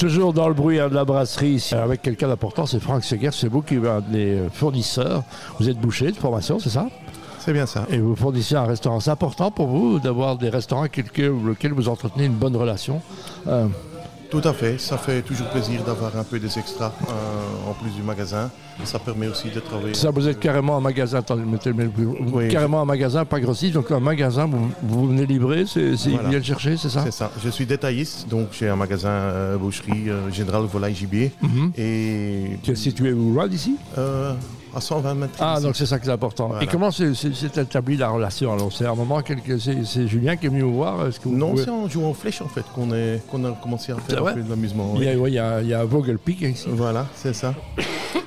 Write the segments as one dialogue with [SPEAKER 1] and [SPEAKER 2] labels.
[SPEAKER 1] Toujours dans le bruit hein, de la brasserie, ici, avec quelqu'un d'important, c'est Franck Seguer, c'est vous qui êtes un des euh, fournisseurs. Vous êtes boucher de formation, c'est ça
[SPEAKER 2] C'est bien ça.
[SPEAKER 1] Et vous fournissez un restaurant. C'est important pour vous d'avoir des restaurants avec lesquels lesquels vous entretenez une bonne relation. Euh,
[SPEAKER 2] Tout à fait. Ça fait toujours plaisir d'avoir un peu des extras euh, en plus du magasin. Ça permet aussi de travailler.
[SPEAKER 1] ça, vous êtes carrément un magasin, attendez, mettez le- vous-
[SPEAKER 2] Oui.
[SPEAKER 1] carrément un magasin, pas grossiste, donc un magasin, vous, vous venez livrer, c'est, c'est-
[SPEAKER 2] Voilà.
[SPEAKER 1] il vient le chercher, c'est ça
[SPEAKER 2] C'est ça. Je suis détailliste, donc j'ai un magasin euh, boucherie euh, général volaille gibier
[SPEAKER 1] Mhm.
[SPEAKER 2] et
[SPEAKER 1] Qui est situé où loin d'ici
[SPEAKER 2] euh, à 120 mètres.
[SPEAKER 1] Ah,
[SPEAKER 2] d'ici.
[SPEAKER 1] donc c'est ça qui est important.
[SPEAKER 2] Voilà.
[SPEAKER 1] Et comment s'est s'est- s'est établie la relation Alors, c'est à un moment, quelque- c'est c'est Julien qui est venu vous voir est-ce que vous
[SPEAKER 2] non,
[SPEAKER 1] pouvez-
[SPEAKER 2] c'est en jouant aux flèches en fait qu'on est- qu'on a commencé à faire
[SPEAKER 1] vrai
[SPEAKER 2] un peu de
[SPEAKER 1] Ah
[SPEAKER 2] l'amusement.
[SPEAKER 1] il
[SPEAKER 2] ouais.
[SPEAKER 1] y a, ouais, il y a, il y a Vogelpik ici.
[SPEAKER 2] Voilà, c'est ça.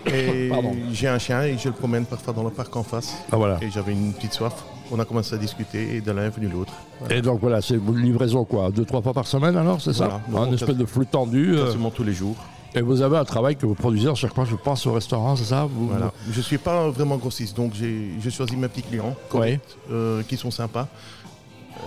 [SPEAKER 2] Et
[SPEAKER 1] Pardon.
[SPEAKER 2] j'ai un chien et je le promène parfois dans le parc en face.
[SPEAKER 1] Ah, voilà.
[SPEAKER 2] Et j'avais une petite soif. On a commencé à discuter et de l'un est venu l'autre.
[SPEAKER 1] Et donc voilà, c'est une livraison quoi, deux trois fois par semaine alors, c'est ça
[SPEAKER 2] Voilà. Donc,
[SPEAKER 1] Un
[SPEAKER 2] on
[SPEAKER 1] espèce de flux tendu. euh,
[SPEAKER 2] Quasiment tous les jours.
[SPEAKER 1] et vous avez un travail que vous produisez à chaque fois, je pense, au restaurant, c'est ça Vous-
[SPEAKER 2] Voilà. Je suis pas vraiment grossiste, donc j'ai j'ai choisi mes petits clients corrects, euh, qui sont sympas.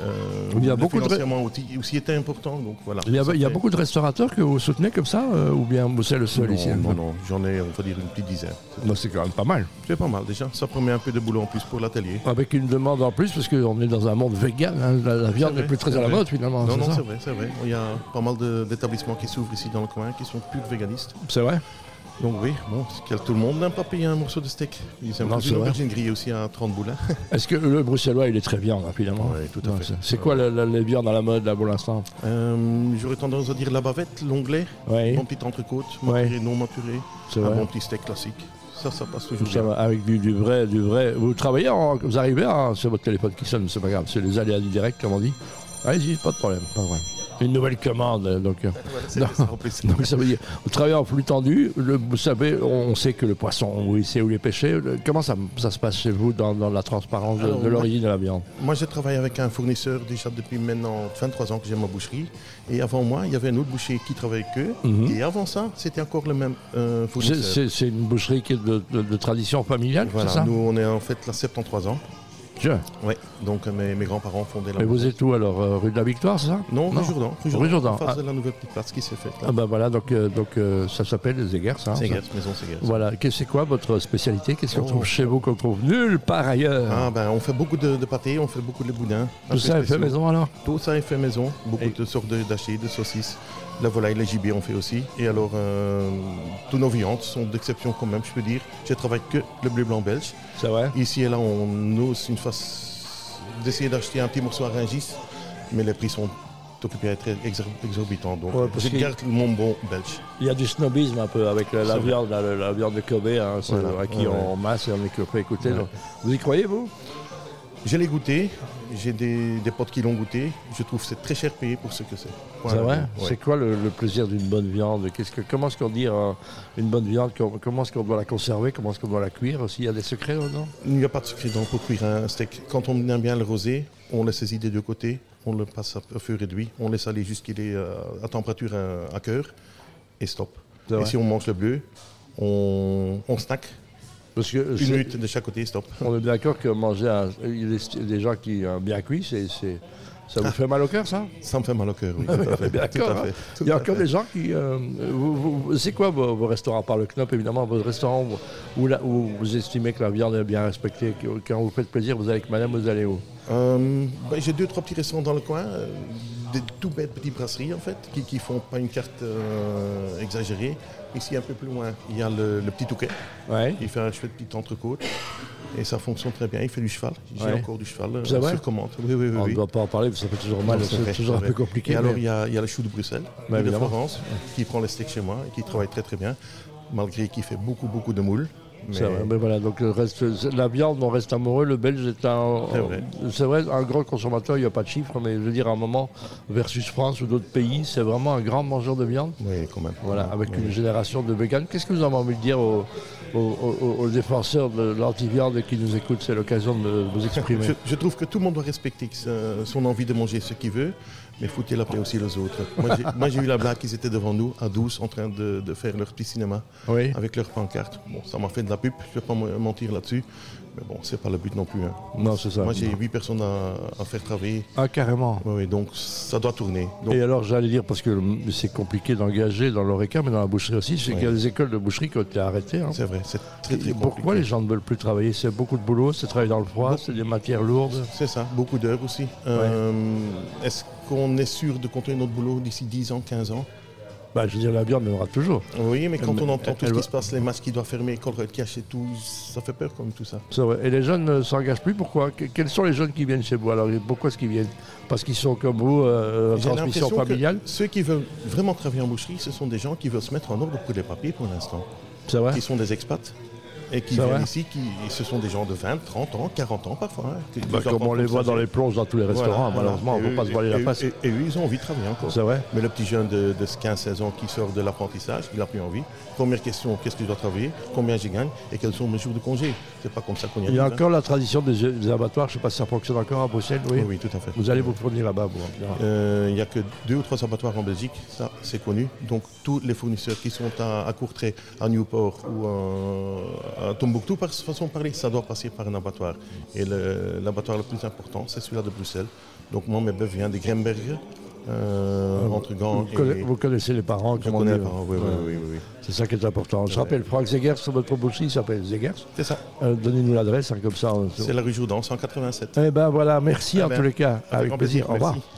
[SPEAKER 2] Euh,
[SPEAKER 1] Il y a
[SPEAKER 2] le
[SPEAKER 1] beaucoup de-
[SPEAKER 2] financièrement aussi, aussi était important, donc voilà.
[SPEAKER 1] Il y, a,
[SPEAKER 2] Ça
[SPEAKER 1] il y a
[SPEAKER 2] fait-
[SPEAKER 1] beaucoup de restaurateurs que vous soutenez comme ça, euh, ou bien vous c'est le seul ici hein,
[SPEAKER 2] Non, non, non, j'en ai, on va dire, une petite dizaine.
[SPEAKER 1] Non, c'est quand même pas mal.
[SPEAKER 2] C'est pas mal déjà. Ça permet un peu de boulot en plus pour l'atelier.
[SPEAKER 1] Avec une demande en plus, parce qu'on est dans un monde vegan, hein, la, la viande
[SPEAKER 2] vrai,
[SPEAKER 1] n'est plus très
[SPEAKER 2] c'est
[SPEAKER 1] à la
[SPEAKER 2] vrai.
[SPEAKER 1] mode finalement.
[SPEAKER 2] non,
[SPEAKER 1] Ah, c'est
[SPEAKER 2] non,
[SPEAKER 1] ça
[SPEAKER 2] c'est vrai, c'est vrai. Il y a pas mal de- d'établissements qui s'ouvrent ici dans le coin qui sont plus véganistes.
[SPEAKER 1] c'est vrai.
[SPEAKER 2] Donc oui, bon, c'est que tout le monde n'aime pas payer un morceau de steak. Ils aiment
[SPEAKER 1] Non,
[SPEAKER 2] plus
[SPEAKER 1] c'est
[SPEAKER 2] une
[SPEAKER 1] vrai.
[SPEAKER 2] aubergine grillée aussi à 30 boules. hein.
[SPEAKER 1] Est-ce que le bruxellois, il est très viande, hein, finalement
[SPEAKER 2] Oui, tout à
[SPEAKER 1] Non,
[SPEAKER 2] fait.
[SPEAKER 1] c'est- C'est quoi la- la- les viandes à la mode, là, pour l'instant
[SPEAKER 2] Euh, J'aurais tendance à dire la bavette, l'onglet,
[SPEAKER 1] Oui,
[SPEAKER 2] mon petit entrecôte,
[SPEAKER 1] Ouais.
[SPEAKER 2] maturé, non maturé,
[SPEAKER 1] c'est
[SPEAKER 2] un
[SPEAKER 1] vrai.
[SPEAKER 2] Ah bon petit steak classique. Ça, ça passe toujours
[SPEAKER 1] Ça va,
[SPEAKER 2] bien.
[SPEAKER 1] avec du, du vrai, du vrai. Vous travaillez, en- vous arrivez, hein, c'est votre téléphone qui sonne, c'est pas grave, c'est les aléas du direct, comme on dit. Allez-y, pas de problème, pas de problème. Une nouvelle commande, euh, donc. euh, Non.
[SPEAKER 2] Voilà, c'est ça, en plus.
[SPEAKER 1] Donc ça veut dire, vous travaillez en flux tendu, le- vous savez, on sait que le poisson, on sait où il est pêché. Le- Comment ça, ça se passe chez vous dans, dans la transparence de,
[SPEAKER 2] Alors,
[SPEAKER 1] de l'origine de la viande
[SPEAKER 2] Moi, je travaille avec un fournisseur déjà depuis maintenant 23 ans que j'ai ma boucherie. Et avant moi, il y avait un autre boucher qui travaillait avec eux.
[SPEAKER 1] Mhm.
[SPEAKER 2] Et avant ça, c'était encore le même euh,
[SPEAKER 1] C'est-
[SPEAKER 2] fournisseur.
[SPEAKER 1] C'est c'est une boucherie qui est de, de- de tradition familiale,
[SPEAKER 2] Voilà,
[SPEAKER 1] c'est ça
[SPEAKER 2] nous, on est en fait là 73 ans.
[SPEAKER 1] Tiens.
[SPEAKER 2] Ouais. Donc, euh, mes, mes grands-parents fondaient la
[SPEAKER 1] Mais vous
[SPEAKER 2] maison.
[SPEAKER 1] êtes où alors euh, Rue de la Victoire, c'est ça
[SPEAKER 2] Non,
[SPEAKER 1] Non.
[SPEAKER 2] rue Jourdan.
[SPEAKER 1] Rue Jourdan,
[SPEAKER 2] En face
[SPEAKER 1] ah.
[SPEAKER 2] de la nouvelle petite place qui s'est faite. là.
[SPEAKER 1] Ah ben voilà, donc, euh, donc euh, ça s'appelle les Zegers, ça. hein, ça.
[SPEAKER 2] Segers, maison Segers.
[SPEAKER 1] Voilà, Qu'est-ce- c'est quoi votre spécialité Qu'est-ce qu'on
[SPEAKER 2] Oh.
[SPEAKER 1] trouve chez vous qu'on trouve nulle part ailleurs
[SPEAKER 2] Ah, ben, on fait beaucoup de, de pâtés, on fait beaucoup de boudins. un
[SPEAKER 1] Tout
[SPEAKER 2] peu
[SPEAKER 1] ça est fait
[SPEAKER 2] spéciaux.
[SPEAKER 1] maison alors
[SPEAKER 2] Tout ça est fait maison. Beaucoup
[SPEAKER 1] Et-
[SPEAKER 2] de sortes de- d'hachis, de saucisses. La volaille, le gibier, on fait aussi. Et alors, euh, tous nos viandes sont d'exception quand même, je peux dire. Je travaille que le bleu blanc belge.
[SPEAKER 1] C'est vrai
[SPEAKER 2] Ici et là, on ose une face d'essayer d'acheter un petit morceau à Rungis, mais les prix sont occupés à être exor- exorbitants. Donc,
[SPEAKER 1] Ouais, parce
[SPEAKER 2] je
[SPEAKER 1] que-
[SPEAKER 2] garde mon bon belge.
[SPEAKER 1] Il y a du snobisme un peu avec la, la
[SPEAKER 2] C'est vrai.
[SPEAKER 1] viande, là, le- la, viande de Kobe, hein, c'est
[SPEAKER 2] Voilà,
[SPEAKER 1] vrai, qui
[SPEAKER 2] ouais,
[SPEAKER 1] en masse et on est que fait écouter.
[SPEAKER 2] Ouais.
[SPEAKER 1] donc. Vous y croyez, vous
[SPEAKER 2] Je l'ai goûté, j'ai des, des potes qui l'ont goûté. Je trouve que c'est très cher payé pour ce que c'est.
[SPEAKER 1] C'est
[SPEAKER 2] Voilà.
[SPEAKER 1] vrai
[SPEAKER 2] Ouais.
[SPEAKER 1] C'est quoi le, le plaisir d'une bonne viande Qu'est-ce que, Comment est-ce qu'on dit euh, une bonne viande Com- Comment est-ce qu'on doit la conserver Comment est-ce qu'on doit la cuire aussi Il y a des secrets dedans
[SPEAKER 2] Il n'y a pas de secret donc pour cuire un steak. Quand on aime bien le rosé, on le saisit des deux côtés, on le passe à feu réduit, on laisse aller jusqu'à à température euh, à cœur et stop.
[SPEAKER 1] C'est
[SPEAKER 2] Et
[SPEAKER 1] vrai.
[SPEAKER 2] si on mange le bleu, on, on snack,
[SPEAKER 1] Parce que euh,
[SPEAKER 2] une
[SPEAKER 1] c'est-
[SPEAKER 2] minute de chaque côté, stop.
[SPEAKER 1] on est d'accord que manger un- il y a des, des gens qui euh, bien cuit, c'est, c'est- ça vous fait mal au cœur, ça
[SPEAKER 2] Ça me fait mal au cœur, oui.
[SPEAKER 1] Ah
[SPEAKER 2] Tout à fait.
[SPEAKER 1] bien
[SPEAKER 2] Tout à
[SPEAKER 1] d'accord,
[SPEAKER 2] fait.
[SPEAKER 1] hein.
[SPEAKER 2] Tout
[SPEAKER 1] Il y a
[SPEAKER 2] à
[SPEAKER 1] encore
[SPEAKER 2] fait.
[SPEAKER 1] des gens qui. euh, vous- vous- vous- c'est quoi vos, vos restaurants, par le Knop évidemment, vos restaurants où, où la- où vous estimez que la viande est bien respectée que- Quand vous faites plaisir, vous allez avec madame, vous allez où
[SPEAKER 2] Euh, ben, J'ai deux, trois petits restaurants dans le coin, euh, des tout bêtes petites brasseries en fait, qui ne font pas une carte euh, exagérée. Ici, un peu plus loin, il y a le, le petit touquet.
[SPEAKER 1] Ouais.
[SPEAKER 2] Il fait un chouette petit entrecôte et ça fonctionne très bien. Il fait du cheval. J'ai
[SPEAKER 1] Ouais.
[SPEAKER 2] encore du cheval euh,
[SPEAKER 1] C'est vrai
[SPEAKER 2] sur commande. Oui, oui, oui.
[SPEAKER 1] On ne
[SPEAKER 2] oui.
[SPEAKER 1] doit pas en parler, parce que ça fait toujours mal,
[SPEAKER 2] Non,
[SPEAKER 1] c'est,
[SPEAKER 2] vrai,
[SPEAKER 1] toujours un
[SPEAKER 2] vrai.
[SPEAKER 1] peu compliqué.
[SPEAKER 2] Et
[SPEAKER 1] mais-
[SPEAKER 2] alors, il y, a, il y a le chou de Bruxelles,
[SPEAKER 1] Bah,
[SPEAKER 2] et de
[SPEAKER 1] évidemment.
[SPEAKER 2] Florence, qui prend les steaks chez moi et qui travaille très très bien, malgré qu'il fait beaucoup beaucoup de moules.
[SPEAKER 1] C'est vrai, mais voilà, donc le reste, c'est- la viande, on reste amoureux. Le Belge est un,
[SPEAKER 2] C'est vrai.
[SPEAKER 1] c'est vrai, un grand consommateur. Il n'y a pas de chiffres, mais je veux dire, à un moment, versus France ou d'autres pays, c'est vraiment un grand mangeur de viande.
[SPEAKER 2] Oui, quand même.
[SPEAKER 1] Voilà, avec
[SPEAKER 2] Oui.
[SPEAKER 1] une génération de véganes. Qu'est-ce que vous avez envie de dire aux, aux- aux- aux défenseurs de l'anti-viande qui nous écoutent C'est l'occasion de vous exprimer.
[SPEAKER 2] Je, je trouve que tout le monde doit respecter ce- son envie de manger ce qu'il veut, mais foutez la paix aussi aux autres. Moi, j'ai- Moi, j'ai eu la blague qu'ils étaient devant nous, à 12, en train de, de faire leur petit cinéma
[SPEAKER 1] Oui.
[SPEAKER 2] avec leur pancarte. Bon, ça m'a fait de la pub, je ne vais pas me- mentir là-dessus, Mais bon, c'est pas le but non plus. hein.
[SPEAKER 1] Non, c'est ça.
[SPEAKER 2] Moi, j'ai huit personnes à, à faire travailler.
[SPEAKER 1] Ah, carrément.
[SPEAKER 2] Oui, oui, donc ça doit tourner. Donc,
[SPEAKER 1] Et alors, j'allais dire, parce que hum, c'est compliqué d'engager dans l'ORECA, mais dans la boucherie aussi, c'est
[SPEAKER 2] Ouais.
[SPEAKER 1] qu'il y a des écoles de boucherie qui ont été arrêtées. hein.
[SPEAKER 2] c'est vrai, c'est très, très
[SPEAKER 1] Et Pourquoi
[SPEAKER 2] compliqué.
[SPEAKER 1] les gens ne veulent plus travailler C'est beaucoup de boulot, c'est travailler dans le froid, c'est des matières lourdes.
[SPEAKER 2] C'est ça, beaucoup d'heures aussi. Euh, Est-ce qu'on est sûr de continuer notre boulot d'ici 10 ans, 15 ans
[SPEAKER 1] Bah, je veux dire, la viande, il y en aura toujours.
[SPEAKER 2] Oui, mais quand
[SPEAKER 1] Mais
[SPEAKER 2] on entend tout
[SPEAKER 1] elle
[SPEAKER 2] ce
[SPEAKER 1] va-
[SPEAKER 2] qui se passe, les masques qui doivent fermer, Colruyt qui achète tout, ça fait peur comme tout ça.
[SPEAKER 1] C'est vrai. Et les jeunes ne s'engagent plus, pourquoi Que- Quels sont les jeunes qui viennent chez vous Alors, et pourquoi est-ce qu'ils viennent Parce qu'ils sont comme vous, euh,
[SPEAKER 2] J'ai
[SPEAKER 1] transmission
[SPEAKER 2] l'impression que
[SPEAKER 1] familiale
[SPEAKER 2] Ceux qui veulent vraiment travailler en boucherie, ce sont des gens qui veulent se mettre en ordre pour les papiers pour l'instant,
[SPEAKER 1] C'est vrai
[SPEAKER 2] qui sont des expats. Et qui
[SPEAKER 1] C'est
[SPEAKER 2] viennent
[SPEAKER 1] vrai.
[SPEAKER 2] ici, qui, et ce sont des gens de 20, 30 ans, 40 ans parfois. hein, que-
[SPEAKER 1] Bah,
[SPEAKER 2] que
[SPEAKER 1] Comme on les voit dans les plonges dans tous les
[SPEAKER 2] Voilà,
[SPEAKER 1] restaurants,
[SPEAKER 2] voilà.
[SPEAKER 1] malheureusement, on
[SPEAKER 2] Et
[SPEAKER 1] ne peut
[SPEAKER 2] eux-
[SPEAKER 1] pas se voiler
[SPEAKER 2] et-
[SPEAKER 1] la face.
[SPEAKER 2] Et, et eux, ils ont envie de travailler encore.
[SPEAKER 1] C'est vrai
[SPEAKER 2] Mais le petit jeune de, de 15-16 ans qui sort de l'apprentissage, il n'a plus envie. Première question, qu'est-ce que je dois travailler Combien je gagne Et quels sont mes jours de congé C'est pas comme ça qu'on y
[SPEAKER 1] Il y
[SPEAKER 2] arrive.
[SPEAKER 1] a
[SPEAKER 2] hein.
[SPEAKER 1] encore la tradition des, des abattoirs, je ne sais pas si ça fonctionne encore à Bruxelles, oui.
[SPEAKER 2] Oui, oui, tout à fait.
[SPEAKER 1] Vous allez vous fournir là-bas, vous. en général.
[SPEAKER 2] Euh, Il n'y a que deux ou trois abattoirs en Belgique, ça c'est connu. Donc tous les fournisseurs qui sont à, à Courtrai, à Newport ou à, à Tombouctou, par façon de parler, ça doit passer par un abattoir. Et le- l'abattoir le, plus important, c'est celui-là de Bruxelles. Donc moi, mes bœufs viennent des Gremberger, euh, entre Gand
[SPEAKER 1] Vous,
[SPEAKER 2] et...
[SPEAKER 1] conna- vous euh, connaissez les parents,
[SPEAKER 2] Je
[SPEAKER 1] comment on
[SPEAKER 2] connais
[SPEAKER 1] dit,
[SPEAKER 2] les parents, oui, oui,
[SPEAKER 1] voilà.
[SPEAKER 2] oui, oui, oui.
[SPEAKER 1] C'est ça qui est important. Je rappelle, Franck Zegers, votre boucherie s'appelle Zegers.
[SPEAKER 2] C'est ça.
[SPEAKER 1] Euh, Donnez-nous l'adresse, hein, comme ça. on-
[SPEAKER 2] C'est la rue Jourdan, 187.
[SPEAKER 1] Eh ben voilà, merci
[SPEAKER 2] Eh
[SPEAKER 1] en
[SPEAKER 2] ben,
[SPEAKER 1] tous les cas. Avec,
[SPEAKER 2] grand
[SPEAKER 1] plaisir. Au revoir.
[SPEAKER 2] merci.